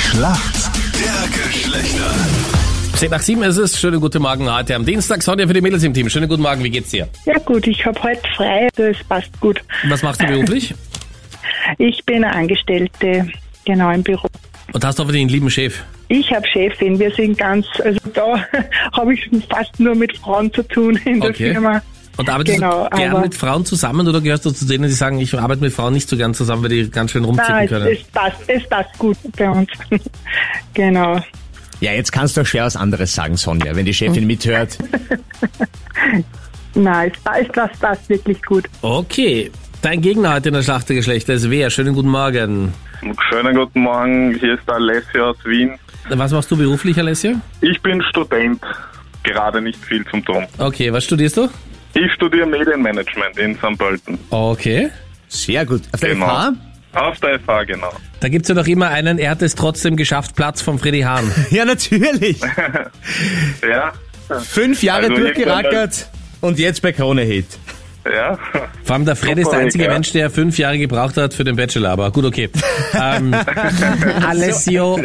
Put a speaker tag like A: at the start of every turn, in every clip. A: Schlacht der Geschlechter.
B: 10 nach 7 ist es. Schönen guten Morgen heute am Dienstag. Sonja für die Mädels im Team. Schönen guten Morgen, wie geht's dir?
C: Ja gut, ich habe heute frei, also es passt gut.
B: Was machst du beruflich?
C: Ich bin eine Angestellte, genau im Büro.
B: Und hast hoffentlich einen lieben Chef.
C: Ich habe Chefin, wir sind ganz, also da habe ich fast nur mit Frauen zu tun in der
B: Okay.
C: Firma.
B: Und arbeitest
C: Genau,
B: du gern
C: aber-
B: mit Frauen zusammen oder gehörst du zu denen, die sagen, ich arbeite mit Frauen nicht so gern zusammen, weil die ganz schön rumzicken
C: Nein, es,
B: können?
C: es, passt, es passt gut bei uns. genau.
D: Ja, jetzt kannst du doch schwer was anderes sagen, Sonja, wenn die Chefin mithört.
C: Nein, es, pa- es passt, passt wirklich gut.
B: Okay. Dein Gegner heute in der Schlacht der Geschlechter ist wer? Schönen guten Morgen.
E: Schönen guten Morgen, hier ist der Alessio aus Wien.
B: Was machst du beruflich, Alessio?
E: Ich bin Student, gerade nicht viel zum Tun.
B: Okay, was studierst du?
E: Ich studiere Medienmanagement in St. Pölten.
B: Okay.
D: Sehr gut. Auf der
E: Genau.
D: FH?
E: Auf der FH, genau.
B: Da gibt's ja doch immer einen, er hat es trotzdem geschafft, Platz von Freddy Hahn.
D: Ja, natürlich.
E: Ja,
D: Fünf Jahre
E: Also jetzt
D: durchgerackert und jetzt bei Krone Hit.
E: ja.
B: Vor allem der Fred ist der
E: Super,
B: einzige
E: ja.
B: Mensch, der fünf Jahre gebraucht hat für den Bachelor, aber gut, okay. Ähm, Alessio,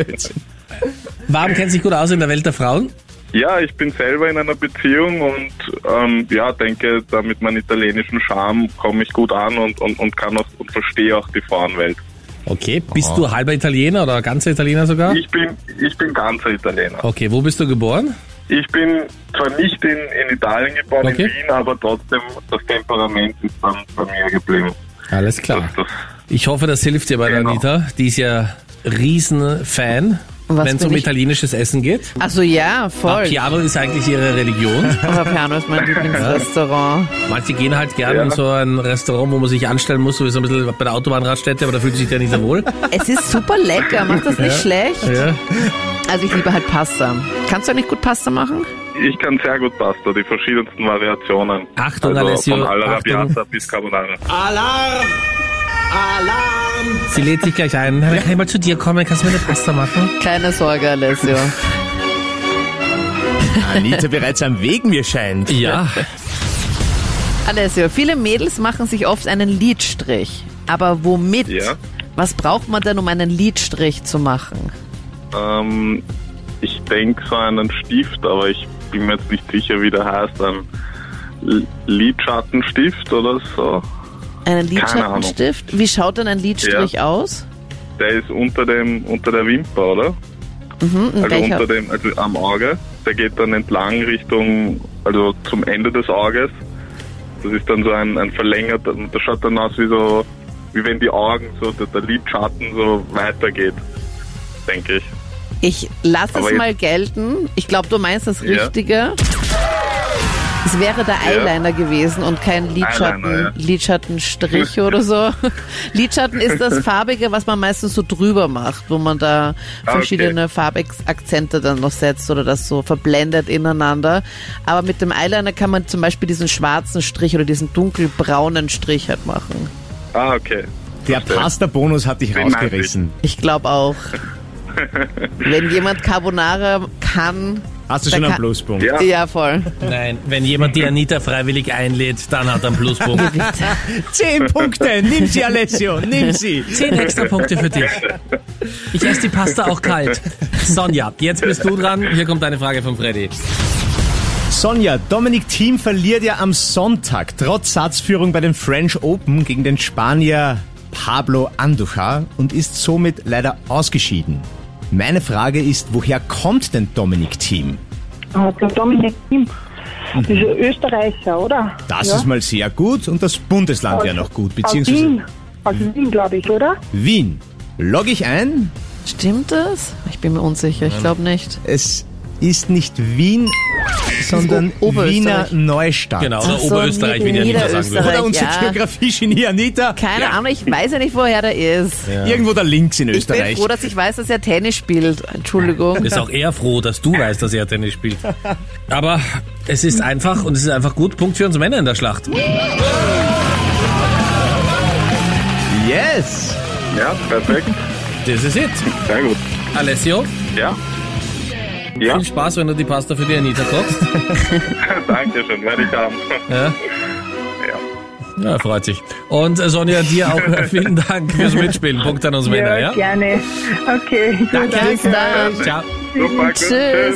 B: warum kennt sich gut aus in der Welt der Frauen?
E: Ja, ich bin selber in einer Beziehung und ähm, ja, denke, da mit meinem italienischen Charme komme ich gut an und, und, und kann auch und verstehe auch die Frauenwelt.
B: Okay, bist du halber Italiener oder ganzer Italiener sogar?
E: Ich bin, ich bin ganzer Italiener.
B: Okay, wo bist du geboren?
E: Ich bin zwar nicht in, in Italien geboren,
B: Okay.
E: in Wien, aber trotzdem, das Temperament ist dann bei mir geblieben.
B: Alles klar.
E: Das, das,
B: Ich hoffe, das hilft dir bei der
E: Genau.
B: Anita. Die ist ja Riesenfan,
F: Was
B: wenn es
F: bin
B: um
F: ich?
B: italienisches Essen geht.
F: Also ja, voll.
B: Piano ist eigentlich ihre Religion.
F: Aber Piano ist mein Lieblingsrestaurant.
B: Manche gehen halt gerne
E: Ja.
B: in so ein Restaurant, wo man sich anstellen muss, so wie so ein bisschen bei der Autobahnraststätte, aber da fühlt sich der nicht so wohl.
F: Es ist super lecker, macht das nicht schlecht.
B: Ja.
F: Also ich liebe halt Pasta. Kannst du eigentlich gut Pasta machen?
E: Ich kann sehr gut Pasta, die verschiedensten Variationen.
B: Achtung,
E: also
B: Alessio,
E: Von Alla
B: Achtung.
E: Rabbiata bis Carbonara.
B: Sie lädt sich gleich ein. Dann kann ich mal zu dir kommen, kannst du mir eine Pasta machen?
F: Keine Sorge, Alessio.
D: Anita bereits am Weg, mir scheint.
B: Ja.
F: Alessio, viele Mädels machen sich oft einen Lidstrich. Aber womit?
E: Ja.
F: Was braucht man denn, um einen Lidstrich zu machen?
E: Ähm, ich denke so einen Stift, aber ich bin mir jetzt nicht sicher, wie der heißt. Ein L- Lidschattenstift oder so.
F: Einen
E: Keine Ahnung.
F: Lidschattenstift? Wie schaut denn ein Lidstrich aus?
E: Der ist unter dem unter der Wimper, oder?
F: Hm, in
E: Also
F: welcher-
E: unter dem, also am Auge. Der geht dann entlang Richtung, also zum Ende des Auges. Das ist dann so ein, ein verlängerter, und das schaut dann aus wie so, wie wenn die Augen so, der, der Lidschatten so weitergeht, denke ich.
F: Ich lasse
E: Aber
F: es
E: jetzt-
F: mal gelten. Ich glaube, du meinst das
E: Ja.
F: Richtige. Es wäre der Eyeliner gewesen und kein Lidschatten,
E: Eyeliner, ja.
F: Lidschattenstrich oder so. Lidschatten ist das farbige, was man meistens so drüber macht, wo man da
E: Ah,
F: verschiedene Farbakzente dann noch setzt oder das so verblendet ineinander. Aber mit dem Eyeliner kann man zum Beispiel diesen schwarzen Strich oder diesen dunkelbraunen Strich halt machen.
E: Ah, okay.
D: Der Pasta-Bonus hat dich
E: Den mag
D: rausgerissen.
F: Ich glaube auch. Wenn jemand Carbonara kann,
D: Hast du
F: Da
D: schon einen
F: kann-
D: Pluspunkt?
E: Ja.
F: ja voll.
B: Nein, wenn jemand die Anita freiwillig einlädt, dann hat er einen Pluspunkt.
D: Zehn Punkte, nimm sie, Alessio, nimm sie.
B: Zehn extra Punkte für dich. Ich esse die Pasta auch kalt. Sonja, jetzt bist du dran. Hier kommt eine Frage von Freddy.
D: Sonja, Dominik Thiem verliert ja am Sonntag trotz Satzführung bei den French Open gegen den Spanier Pablo Andujar und ist somit leider ausgeschieden. Meine Frage ist, woher kommt denn Dominik Thiem?
C: Ah, Der Dominik Kim, das ist ein Österreicher, oder?
D: Mhm. Das
C: Ja.
D: ist mal sehr gut und das Bundesland ja noch gut, beziehungsweise
C: Aus Wien, aus Wien glaube ich, oder?
D: Wien. Logge ich ein,
F: Stimmt das? Ich bin mir unsicher, ich glaube nicht.
D: es ist nicht Wien, sondern
F: O-
D: Wiener
F: Oberösterreich.
D: Neustadt.
B: Genau,
F: Ach
B: oder
F: so,
B: Oberösterreich, wie die Anita sagen würde.
F: Niederösterreich.
D: Oder unsere
F: Ja.
D: Geografie-Genie Anita.
F: Keine
D: Ja,
F: Ahnung, ich weiß ja nicht, woher der ist.
D: Irgendwo da links in
F: Ich bin
D: Österreich.
F: froh, dass ich weiß, dass er Tennis spielt. Entschuldigung.
B: Ist auch eher froh, dass du weißt, dass er Tennis spielt. Aber es ist einfach und es ist einfach gut. Punkt für uns Männer in der Schlacht.
D: yes!
E: Ja, perfekt.
B: Das ist it.
E: Sehr gut.
B: Alessio,
E: Ja. Ja,
B: viel Spaß, wenn du die Pasta für die Anita kochst.
E: danke schön, werde ich haben.
B: Ja.
E: Ja.
B: Ja, freut sich. Und äh, Sonja, dir auch äh, vielen Dank fürs Mitspielen. Punkt an uns Männer, ja?
C: gerne. Okay, gut.
F: Danke.
B: Ciao.
E: Super, gut,
F: Tschüss.